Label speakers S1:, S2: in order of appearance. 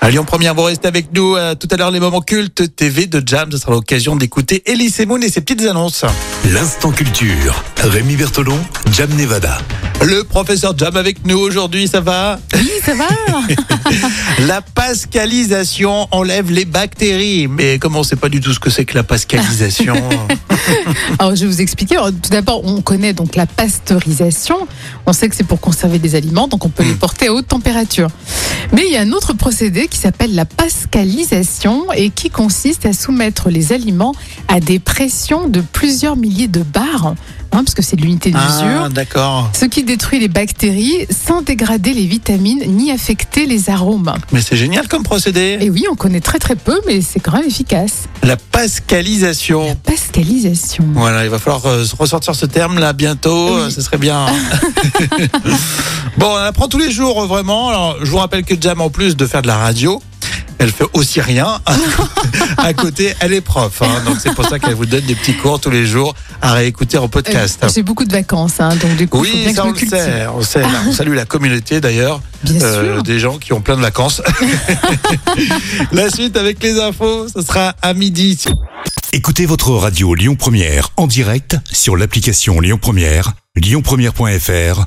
S1: À Lyon Première, vous restez avec nous. euh, tout à l'heure, les moments cultes TV de Jam. Ce sera l'occasion d'écouter Elise Moon et ses petites annonces.
S2: L'instant culture. Rémi Bertolon, Jam Nevada.
S1: Le professeur Jam avec nous aujourd'hui, ça va
S3: Oui, ça va
S1: La pascalisation enlève les bactéries. Mais comment on sait pas du tout ce que c'est que la pascalisation
S3: Alors, je vais vous expliquer. Alors, tout d'abord, on connaît donc la pasteurisation. On sait que c'est pour conserver des aliments, donc on peut les porter à haute température. Mais il y a un autre procédé qui s'appelle la pascalisation et qui consiste à soumettre les aliments à des pressions de plusieurs milliers de bars, hein, parce que c'est de l'unité d'usure.
S1: Ah, d'accord.
S3: Ce qui détruit les bactéries sans dégrader les vitamines ni affecter les arômes.
S1: Mais c'est génial comme procédé.
S3: Et oui, on connaît très très peu, mais c'est quand même efficace.
S1: La pascalisation.
S3: La pascalisation.
S1: Voilà, il va falloir euh, se ressortir ce terme là bientôt,
S3: Oui.
S1: euh, ce serait bien. bon, on apprend tous les jours euh, vraiment. Alors, je vous rappelle que Jam en plus de faire de la radio, elle fait aussi rien. à côté, elle est prof, hein. donc c'est pour ça qu'elle vous donne des petits cours tous les jours à réécouter en
S3: Euh,
S1: podcast.
S3: J'ai beaucoup de vacances, hein, donc du coup, faut bien
S1: oui,
S3: que
S1: ça
S3: je
S1: on
S3: me
S1: le
S3: cultive.
S1: sait, on sait. Là, on salue la communauté d'ailleurs,
S3: Bien
S1: euh,
S3: sûr.
S1: des gens qui ont plein de vacances. la suite avec les infos, ce sera à midi.
S2: Écoutez votre radio Lyon Première en direct sur l'application Lyon Première, lyonpremière.fr